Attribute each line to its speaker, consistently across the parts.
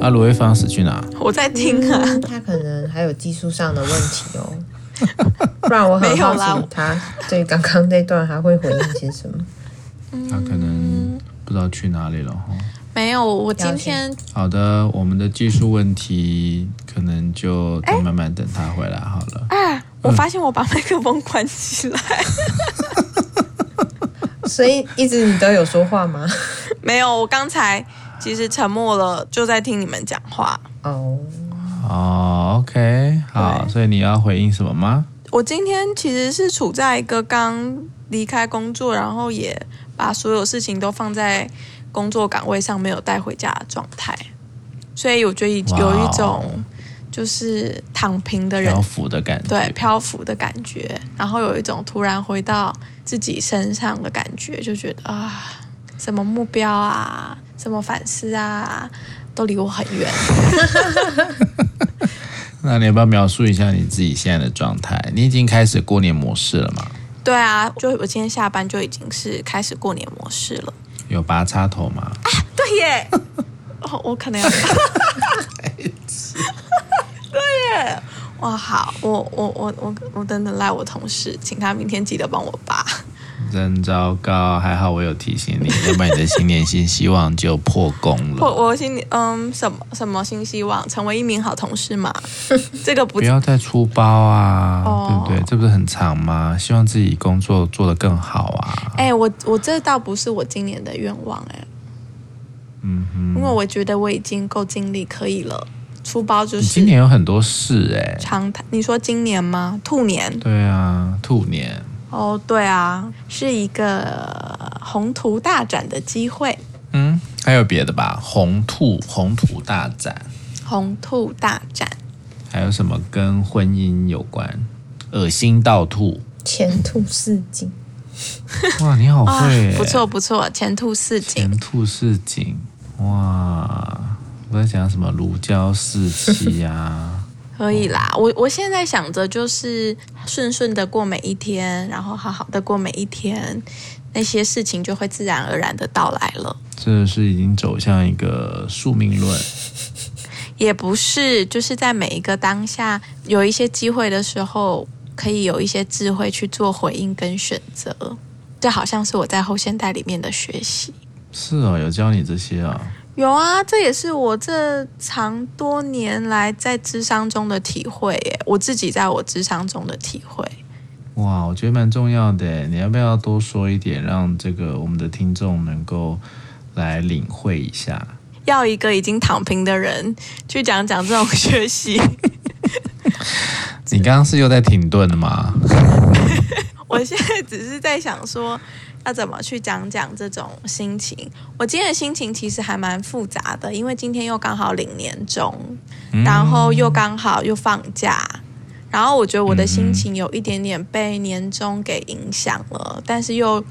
Speaker 1: 啊，卢慧芳死去哪？
Speaker 2: 我在听啊，
Speaker 3: 他可能还有技术上的问题哦，不然我很好
Speaker 2: 没有啦
Speaker 3: 奇他对刚刚那段还会回应些什么。
Speaker 1: 他可能不知道去哪里了哈。
Speaker 2: 没有，我今
Speaker 3: 了解
Speaker 2: 天
Speaker 1: 好的，我们的技术问题可能就等慢慢等他回来好了。
Speaker 2: 啊，我发现我把麦克风关起来，
Speaker 3: 所以一直你都有说话吗？
Speaker 2: 没有，我刚才其实沉默了，就在听你们讲话。
Speaker 3: 哦，
Speaker 1: 哦，OK，好，所以你要回应什么吗？
Speaker 2: 我今天其实是处在一个刚离开工作，然后也把所有事情都放在工作岗位上，没有带回家的状态，所以我觉得
Speaker 1: 哇哦
Speaker 2: 有一种就是躺平的人
Speaker 1: 漂浮的感觉，
Speaker 2: 对漂浮的感觉，然后有一种突然回到自己身上的感觉，就觉得啊，什么目标啊，什么反思啊，都离我很远。
Speaker 1: 那你要不要描述一下你自己现在的状态？你已经开始过年模式了吗？
Speaker 2: 对啊，就我今天下班就已经是开始过年模式了。
Speaker 1: 有拔插头吗？
Speaker 2: 对耶， 哦，我 可能要。 对耶，哇，好，我我我我我等等赖我同事，请他明天记得帮我拔。
Speaker 1: 真糟糕，还好我有提醒你，要不然你的新年新希望就破功
Speaker 2: 我
Speaker 1: 了。
Speaker 2: 我新年嗯什么什么新希望，成为一名好同事嘛？这个不
Speaker 1: 不要再出包啊，
Speaker 2: 哦
Speaker 1: 对不对？这不是很长吗？希望自己工作做得更好啊。
Speaker 2: 哎、我我这倒不是我今年的愿望哎、
Speaker 1: 嗯哼，
Speaker 2: 因为我觉得我已经够尽力可以了。出包就
Speaker 1: 你今
Speaker 2: 是
Speaker 1: 年有很多事哎、
Speaker 2: 常态，你说今年吗？兔年
Speaker 1: 对啊，兔年，
Speaker 2: 哦，对啊，是一个呃宏图大展的机会，
Speaker 1: 嗯，还有别的吧？红兔红土大展，
Speaker 2: 宏兔大展。
Speaker 1: 还有什么跟婚姻有关？恶心到 吐，
Speaker 3: 前途似锦，
Speaker 1: 哇，你好
Speaker 2: 哇
Speaker 1: 会、欸，
Speaker 2: 啊不错不错，前途似锦
Speaker 1: 前。兔似锦，哇！我在讲什么如胶似漆 啊？
Speaker 2: 可以啦，我我现在想着就是顺顺的过每一天，然后好好的过每一天，那些事情就会自然而然的到来了。
Speaker 1: 这是已经走向一个宿命论。
Speaker 2: 也不是，就是在每一个当下有一些机会的时候，可以有一些智慧去做回应跟选择。这好像是我在后现代里面的学习。
Speaker 1: 是哦，有教你这些哦。
Speaker 2: 有啊，这也是我这长多年来在智商中的体会耶，我自己在我智商中的体会。
Speaker 1: 哇，我觉得蛮重要的耶。你要不要多说一点，让这个我们的听众能够来领会一下？
Speaker 2: 要一个已经躺平的人去讲讲这种学习。
Speaker 1: 你刚刚是又在停顿了吗？
Speaker 2: 我现在只是在想说，要怎么去讲讲这种心情。我今天的心情其实还蛮复杂的，因为今天又刚好领年终，
Speaker 1: 嗯
Speaker 2: 然后又刚好又放假，然后我觉得我的心情有一点点被年终给影响了，但是又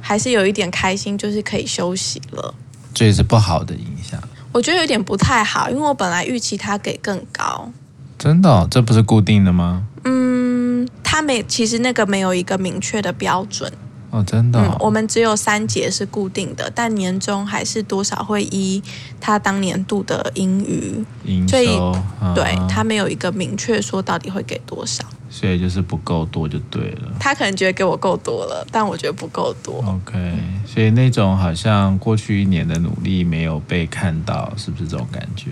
Speaker 2: 还是有一点开心，就是可以休息了。
Speaker 1: 嗯这也是不好的影响。
Speaker 2: 我觉得有点不太好，因为我本来预期他给更高，
Speaker 1: 真的、哦，这不是固定的吗？
Speaker 2: 嗯，他没，其实那个没有一个明确的标准。
Speaker 1: 哦，真的、
Speaker 2: 嗯，
Speaker 1: 哦
Speaker 2: 我们只有三节是固定的，但年终还是多少会依他当年度的盈余，
Speaker 1: 营
Speaker 2: 所以
Speaker 1: 收，啊
Speaker 2: 对他没有一个明确说到底会给多少。
Speaker 1: 所以就是不够多就对了。
Speaker 2: 他可能觉得给我够多了，但我觉得不够
Speaker 1: 哦
Speaker 2: 多。
Speaker 1: OK，所以那种好像过去一年的努力没有被看到，是不是这种感觉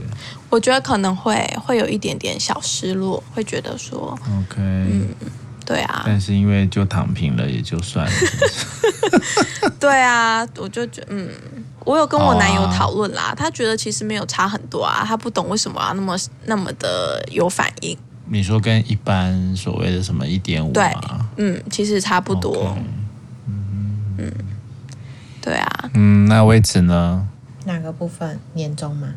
Speaker 2: 我觉得可能会会有一点点小失落，会觉得说，
Speaker 1: ？OK，、
Speaker 2: 对啊，
Speaker 1: 但是因为就躺平了，也就算了。是不是
Speaker 2: 对啊，我就觉嗯，我有跟我男友
Speaker 1: 哦啊
Speaker 2: 讨论啦，他觉得其实没有差很多啊，他不懂为什么要那么那么的有反应。
Speaker 1: 你说跟一般所谓的什么一点五
Speaker 2: 对
Speaker 1: 吗？
Speaker 2: 嗯，其实差不多。
Speaker 1: OK
Speaker 2: 对啊，
Speaker 1: 嗯，那为此呢，
Speaker 3: 哪个部分？年终吗？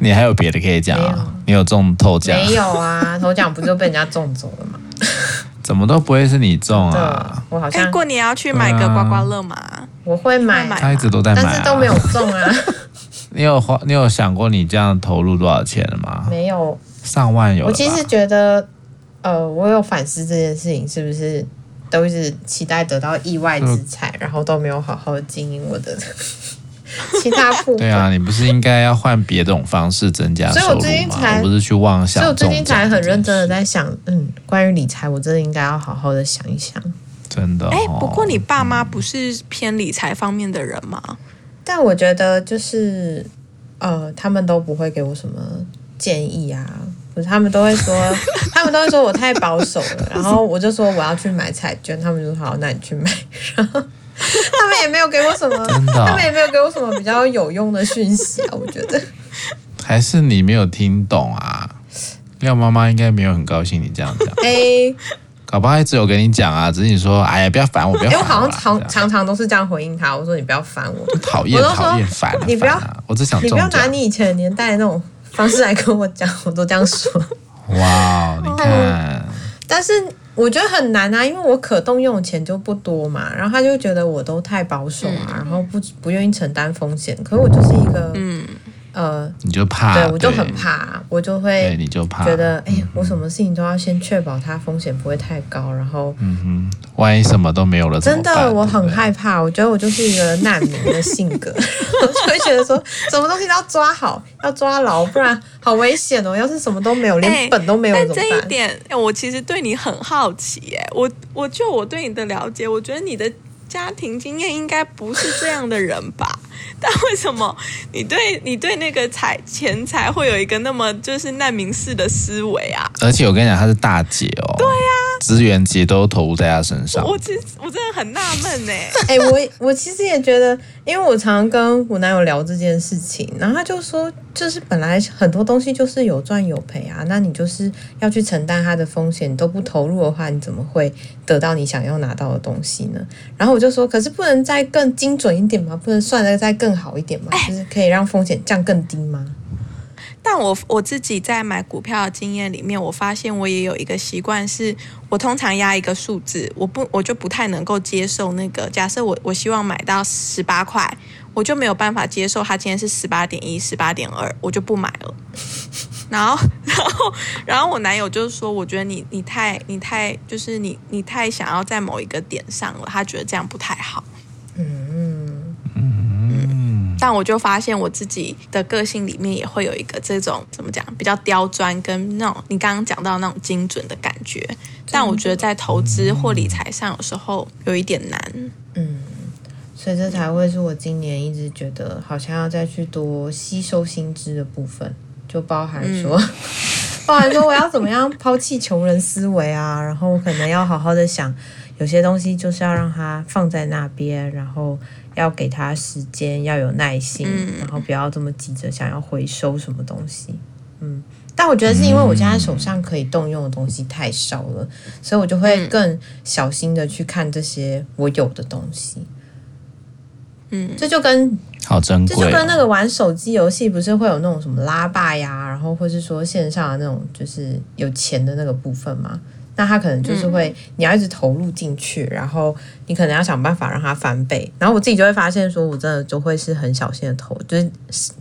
Speaker 1: 你还有别的可以讲
Speaker 3: 没有
Speaker 1: 啊？你有中头奖？
Speaker 3: 没有啊，头奖不就被人家中走了吗？
Speaker 1: 怎么都不会是你中
Speaker 3: 对
Speaker 1: 啊？，
Speaker 3: 我好
Speaker 2: 哎、
Speaker 3: 像啊
Speaker 2: 过年要去买个刮刮乐嘛？
Speaker 3: 我会买
Speaker 2: 会，买
Speaker 1: 他一直都在买、啊，
Speaker 3: 但是都没有。中啊，
Speaker 1: 你有花？你有想过你这样投入多少钱了吗？
Speaker 3: 没有。
Speaker 1: 上万有了
Speaker 3: 我
Speaker 1: 吧
Speaker 3: 其实觉得，呃，我有反思这件事情，是不是都一直期待得到意外之财，然后都没有好好地经营我的 其他部
Speaker 1: 对
Speaker 3: 分。
Speaker 1: 啊，你不是应该要换别种方式增加
Speaker 3: 所以
Speaker 1: 收
Speaker 3: 我
Speaker 1: 入
Speaker 3: 最近
Speaker 1: 吗？
Speaker 3: 才
Speaker 1: 而不是去妄想
Speaker 3: 所以我
Speaker 1: 中奖这件事。
Speaker 3: 最近才很认真的在想，嗯，关于理财，我真的应该要好好的想一想。
Speaker 1: 真的、哦。
Speaker 2: 哎、不过你爸妈不是偏理财方面的人吗？
Speaker 3: 但我觉得就是，呃，他们都不会给我什么建议啊，可是他们都 会说，他们都会说我太保守了，然后我就说我要去买彩券，他们就说好，那你去买，然后他们也没有给我什么，
Speaker 1: 真的啊
Speaker 3: 他们也没有给我什么比较有用的讯息啊，我觉得。
Speaker 1: 还是你没有听懂啊？廖妈妈应该没有很高兴你这样讲，
Speaker 3: 哎、
Speaker 1: 搞不好一直有跟你讲啊，只是你说哎呀不要烦我，不要
Speaker 3: 哎、
Speaker 1: 烦
Speaker 3: 我好像
Speaker 1: 啦
Speaker 3: 常
Speaker 1: 这样
Speaker 3: 常常都是这样回应他，我说你不要烦我，
Speaker 1: 讨厌
Speaker 3: 我都说
Speaker 1: 讨厌烦啊，
Speaker 3: 你不要
Speaker 1: 烦啊，我只想
Speaker 3: 你不
Speaker 1: 中
Speaker 3: 要
Speaker 1: 奖
Speaker 3: 拿。你以前的年代的那种方式来跟我讲，我都这样说。
Speaker 1: 哇，
Speaker 3: 哦
Speaker 1: 你看，
Speaker 3: 但是我觉得很难啊，因为我可动用的钱就不多嘛，然后他就觉得我都太保守啊，然后不不愿意承担风险。可是我就是一个，
Speaker 2: 嗯，
Speaker 3: 呃，
Speaker 1: 你就怕，
Speaker 3: 对我就很，怕啊，我就
Speaker 1: 对，
Speaker 3: 会
Speaker 1: 你就怕，嗯
Speaker 3: 觉得，哎、我什么事情都要先确保它风险不会太高，然后。
Speaker 1: 嗯哼，万一什么都没有了，
Speaker 3: 真
Speaker 1: 怎么
Speaker 3: 的，
Speaker 1: 办
Speaker 3: 我很
Speaker 1: 对不对
Speaker 3: 害怕。我觉得我就是一个难民的性 格， 我就会觉得说，什么东西都要抓好，要抓牢，不然好危险哦。要是什么都没有，
Speaker 2: 哎
Speaker 3: 连本都没有，
Speaker 2: 但
Speaker 3: 怎么
Speaker 2: 这一
Speaker 3: 办？
Speaker 2: 点，哎、我其实对你很好奇、哎，我我就我对你的了解，我觉得你的家庭经验应该不是这样的人吧？ 但为什么你对你对那个财钱财会有一个那么就是难民式的思维啊？
Speaker 1: 而且我跟你讲，她是大姐哦，对呀、资源其实都投入在她身上。
Speaker 2: 我其实我真的很纳闷哎，
Speaker 3: 哎、我我其实也觉得，因为我常常跟我男友聊这件事情，然后他就说，就是本来很多东西就是有赚有赔啊，那你就是要去承担它的风险，你都不投入的话，你怎么会得到你想要拿到的东西呢？然后我就说，可是不能再更精准一点吗？不能算的再更好一点吗？就是可以让风险降更低吗？
Speaker 2: 但我我自己在买股票的经验里面，我发现我也有一个习惯是，我通常压一个数字，我不我就不太能够接受那个。假设我我希望买到十八块，我就没有办法接受它今天是十八点一、十八点二，我就不买了。然后，然后，然后我男友就是说，我觉得你你太你太就是你你太想要在某一个点上了，他觉得这样不太好。
Speaker 1: 嗯，
Speaker 2: 但我就发现我自己的个性里面也会有一个这种怎么讲，比较刁钻跟那种你刚刚讲到那种精准的感觉。但我觉得在投资或理财上，有时候有一点难。
Speaker 3: 所以这才会是我今年一直觉得好像要再去多吸收新知的部分，就包含说， 包含说我要怎么样抛弃穷人思维啊，然后我可能要好好的想，有些东西就是要让它放在那边，然后要给它时间，要有耐心，
Speaker 2: 嗯
Speaker 3: 然后不要这么急着想要回收什么东西，嗯。但我觉得是因为我现在手上可以动用的东西太少了，所以我就会更小心的去看这些我有的东西。
Speaker 2: 嗯，
Speaker 3: 这就跟
Speaker 1: 好珍
Speaker 3: 这就
Speaker 1: 贵、
Speaker 3: 跟那
Speaker 1: 哦。
Speaker 3: 个玩手机游戏不是会有那种什么拉霸呀，然后或是说线上的那种就是有钱的那个部分嘛。那他可能就是会，你要一直投入进去，然后你可能要想办法让它翻倍。然后我自己就会发现，说我真的就会是很小心的投，就是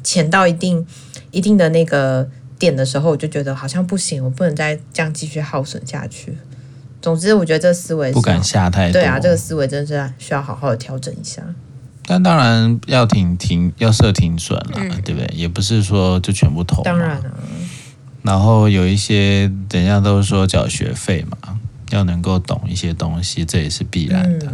Speaker 3: 钱到一定一定的那个点的时候，我就觉得好像不行，我不能再这样继续耗损下去。总之，我觉得这思维是
Speaker 1: 不敢下太多。
Speaker 3: 对啊，这个思维真的是需要好好的调整一下。
Speaker 1: 但当然要停停，要设停损了，对不对？也不是说就全部投嘛。
Speaker 3: 嗯当然啊。
Speaker 1: 然后有一些，人家都说缴学费嘛，要能够懂一些东西，这也是必然的。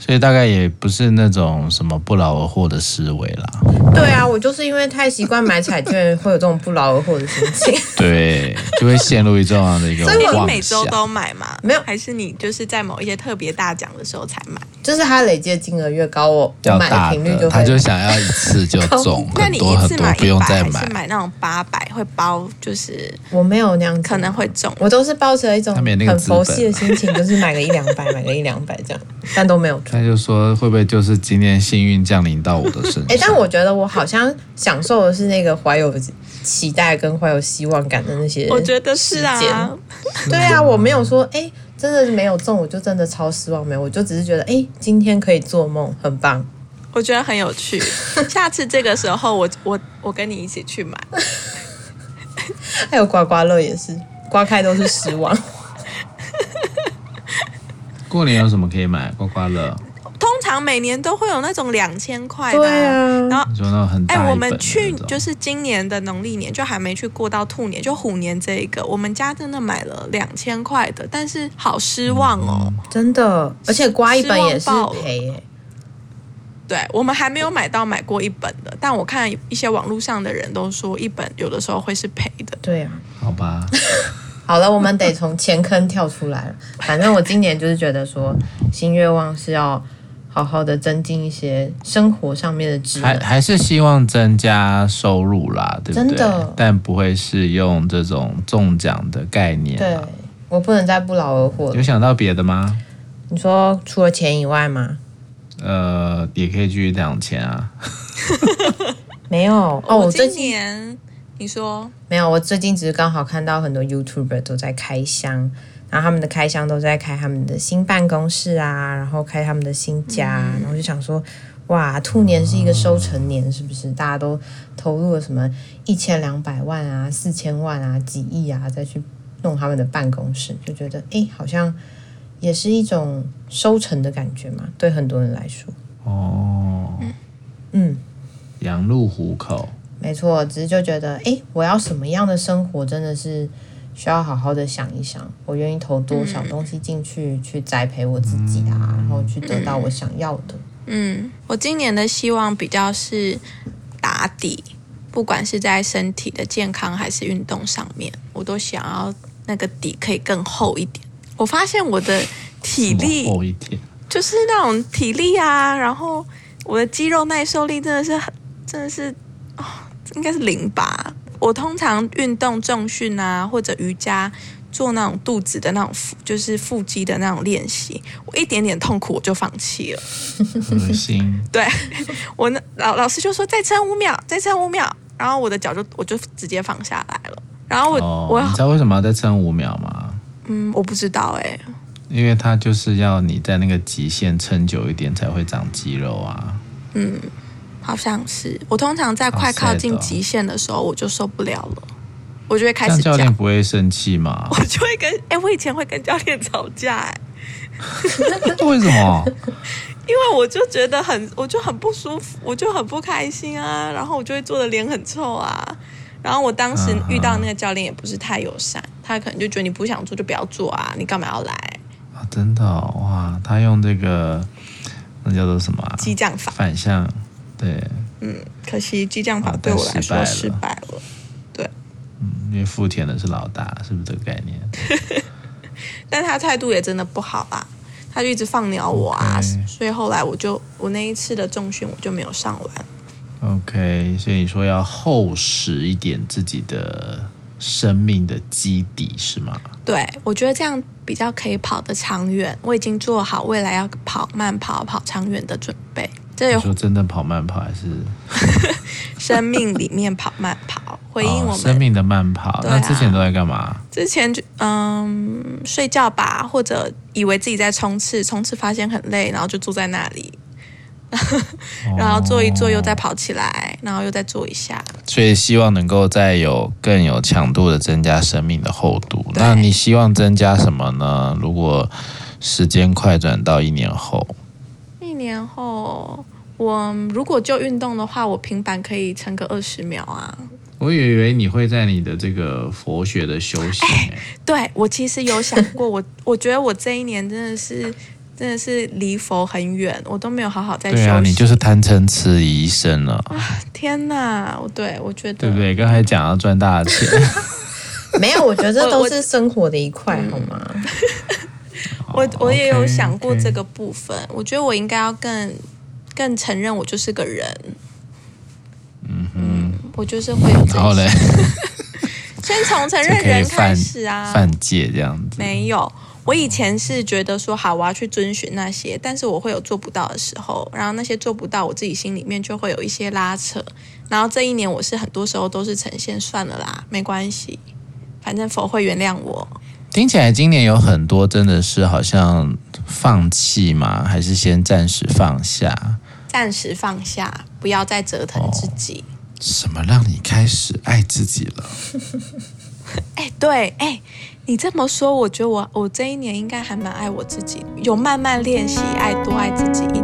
Speaker 1: 所以大概也不是那种什么不劳而获的思维啦。
Speaker 3: 对啊，我就是因为太习惯买彩券，会有这种不劳而获的心情。
Speaker 1: 对，就会陷入这样的一个
Speaker 3: 所以我
Speaker 2: 你
Speaker 1: 妄
Speaker 2: 每周
Speaker 1: 想。
Speaker 2: 都买吗？
Speaker 3: 没有
Speaker 2: 还是你就是在某一些特别大奖的时候才买？
Speaker 3: 就是它累积的金额越高，我我
Speaker 1: 较
Speaker 3: 买
Speaker 1: 大
Speaker 3: 的频率
Speaker 1: 的，
Speaker 3: 就
Speaker 1: 他
Speaker 3: 会
Speaker 1: 就想要一次就中，
Speaker 2: 那
Speaker 1: 很
Speaker 2: 你
Speaker 1: 多
Speaker 2: 一
Speaker 1: 很
Speaker 2: 次
Speaker 1: 多
Speaker 2: 买
Speaker 1: 不
Speaker 2: 一
Speaker 1: 用
Speaker 2: 百，
Speaker 1: 再
Speaker 2: 还
Speaker 1: 买
Speaker 2: 是。买那种八百会包，就是
Speaker 3: 我没有那样子，
Speaker 2: 可能会中？
Speaker 3: 我都是抱着一种
Speaker 1: 他没有那个
Speaker 3: 很
Speaker 1: 资本
Speaker 3: 佛系的心情，就是买个一两百，买个一两百这样， 但都没有 中。
Speaker 1: 他就说会不会就是今天幸运降临到我的身上？
Speaker 3: 哎、但我觉得我好像享受的是那个怀有期待跟怀有希望感的那些。
Speaker 2: 我觉得是
Speaker 3: 时间
Speaker 2: 啊，
Speaker 3: 对啊，我没有说哎、真的是没有中，我就真的超失望，没有，我就只是觉得哎、今天可以做梦，很棒。
Speaker 2: 我觉得很有 趣。下次这个时候我，我我跟你一起去买。
Speaker 3: 还有刮刮乐也是，刮开都是 失望。
Speaker 1: 哎过年有什么可以买？刮刮乐，
Speaker 2: 通常每年都会有那种两千块的、
Speaker 3: 对啊，
Speaker 2: 然后
Speaker 1: 你说那种很大
Speaker 2: 哎、
Speaker 1: 一本的那种，
Speaker 2: 我们去就是今年的农历年，就还没去过到兔年，就虎年这一个，我们家真的买了两千块的，但是好失望哦。
Speaker 1: 嗯
Speaker 3: 真的，而且刮一本也是
Speaker 2: 失望爆了
Speaker 3: 赔、欸，
Speaker 2: 对我们还没有买到买过一本的，但我看一些网络上的人都说，一本有的时候会是赔的。
Speaker 3: 对啊。
Speaker 1: 好吧，
Speaker 3: 好了，我们得从钱坑跳出 来了。反正我今年就是觉得说，新愿望是要好好的增进一些生活上面的职
Speaker 1: 还
Speaker 3: 能。
Speaker 1: 还是希望增加收入啦，对不对？
Speaker 3: 真的
Speaker 1: 但不会是用这种中奖的概念
Speaker 3: 对
Speaker 1: 啦。，
Speaker 3: 我不能再不劳而获了
Speaker 1: 有。想到别的吗？
Speaker 3: 你说除了钱以外吗？
Speaker 1: 呃，也可以继续讲钱啊。
Speaker 3: 没有哦，我
Speaker 2: 我
Speaker 3: 最
Speaker 2: 今
Speaker 3: 近
Speaker 2: 年你说
Speaker 3: 没有，我最近只是刚好看到很多 YouTuber 都在开箱，然后他们的开箱都在开他们的新办公室啊，然后开他们的新家啊，然后就想说，哇，兔年是一个收成年，是不是？大家都投入了什么一千两百万啊、四千万啊、几亿啊，再去弄他们的办公室，就觉得诶，好像也是一种收成的感觉嘛，对很多人来说，
Speaker 1: 哦，
Speaker 3: 嗯。
Speaker 1: 羊入虎口，
Speaker 3: 没错，只是就觉得，诶，我要什么样的生活，真的是需要好好的想一想，我愿意投多
Speaker 2: 嗯
Speaker 3: 少东西进去，去栽培我自己啊，然后去得到我想要的。
Speaker 2: 嗯，我今年的希望比较是打底，不管是在身体的健康还是运动上面，我都想要那个底可以更厚一点。我发现我的体力
Speaker 1: 这么厚一 点。
Speaker 2: 就是那种体力啊，然后我的肌肉耐受力真的是很，真的是哦，应该是零吧。我通常运动重训啊，或者瑜伽，做那种肚子的那种腹，就是腹肌的那种练习，我一点点痛苦我就放弃了。
Speaker 1: 核心，
Speaker 2: 对 我那老老师就说再撑五秒，再撑五秒，然后我的脚就我就直接放下来了。然后我、
Speaker 1: 哦，你知道
Speaker 2: 我
Speaker 1: 为什么要再撑五秒吗？
Speaker 2: 嗯我不知道哎、
Speaker 1: 因为它就是要你在那个极限撑久一点才会长肌肉啊。
Speaker 2: 嗯，好像是。我通常在快靠近
Speaker 1: 好 sad 哦
Speaker 2: 极限的时候，我就受不了了，我就
Speaker 1: 这
Speaker 2: 会开
Speaker 1: 样
Speaker 2: 始
Speaker 1: 教
Speaker 2: 讲，
Speaker 1: 练不会生气吗？
Speaker 2: 我就会跟哎、我以前会跟教练吵架、哎，
Speaker 1: 为什么？
Speaker 2: 因为我就觉得很，我就很不舒服，我就很不开心啊，然后我就会做的脸很臭啊。然后我当时
Speaker 1: 嗯嗯
Speaker 2: 遇到那个教练也不是太友善，他可能就觉得你不想做就不要做啊，你干嘛要来？
Speaker 1: 啊，真的哦、哇，他用这个那叫做什么、啊？
Speaker 2: 激将法，
Speaker 1: 反向，对，
Speaker 2: 可惜激将法
Speaker 1: 哦
Speaker 2: 对我
Speaker 1: 但失
Speaker 2: 来
Speaker 1: 败
Speaker 2: 说
Speaker 1: 了
Speaker 2: 失败了。
Speaker 1: 嗯，因为付钱的是老大，是不是这个概念？
Speaker 2: 但他态度也真的不好啊，他就一直放鸟我啊
Speaker 1: OK
Speaker 2: 所以后来我就我那一次的重训我就没有上完。
Speaker 1: OK，所以你说要厚实一点自己的生命的基底是吗？
Speaker 2: 对，我觉得这样比较可以跑得长远。我已经做好未来要跑慢跑、跑长远的准备。这
Speaker 1: 你
Speaker 2: 有
Speaker 1: 说真的跑慢跑还是
Speaker 2: 生命里面跑慢跑，回应
Speaker 1: 哦
Speaker 2: 我
Speaker 1: 生
Speaker 2: 们
Speaker 1: 命的慢跑？
Speaker 2: 对啊
Speaker 1: 那之前都在干嘛？
Speaker 2: 之前就嗯睡觉吧，或者以为自己在冲刺，冲刺发现很累，然后就坐在那里，
Speaker 1: 哦
Speaker 2: 然后坐一坐又再
Speaker 1: 跑，
Speaker 2: 跑起来，然后又再坐一下。
Speaker 1: 所以希望能够再有更有强度的增加生命的厚度。那你希望增加什么呢？如果时间快转到一年后，
Speaker 2: 一年后，我如果就运动的话，我平板可以撑个二十秒啊。
Speaker 1: 我以为你会在你的这个佛学的修行、 欸，
Speaker 2: 对我其实有想过，我 我觉得我这一年真的是真的是离佛很远，我都没有好好在休息。
Speaker 1: 对啊，你就是贪嗔痴啊一生了，
Speaker 2: 天哪，我对我觉得
Speaker 1: 对不对？刚才讲要赚大钱，
Speaker 3: 没有，我觉得这
Speaker 2: 我
Speaker 3: 都
Speaker 2: 我
Speaker 3: 是生活的一块，好吗？
Speaker 2: 我我也有想过
Speaker 1: 哦 OK，OK
Speaker 2: 这个部分，我觉得我应该要更更承认我就是个人。嗯我就是会有这
Speaker 1: 然后嘞
Speaker 2: 些，，先从承认
Speaker 1: 就可以
Speaker 2: 人
Speaker 1: 犯
Speaker 2: 开始啊。
Speaker 1: 犯戒这样子，
Speaker 2: 没有，我以前是觉得说好，我要去遵循那些，但是我会有做不到的时候，然后那些做不到，我自己心里面就会有一些拉扯。然后这一年我是很多时候都是呈现算了啦，没关系，反正佛会原谅我。
Speaker 1: 听起来今年有很多真的是好像放弃嘛，还是先暂时放下？
Speaker 2: 暂时放下，不要再折腾自己。
Speaker 1: 什么让你开始爱自己了？
Speaker 2: 哎、对，哎、你这么说，我觉得我我这一年应该还蛮爱我自己，有慢慢练习爱多爱自己一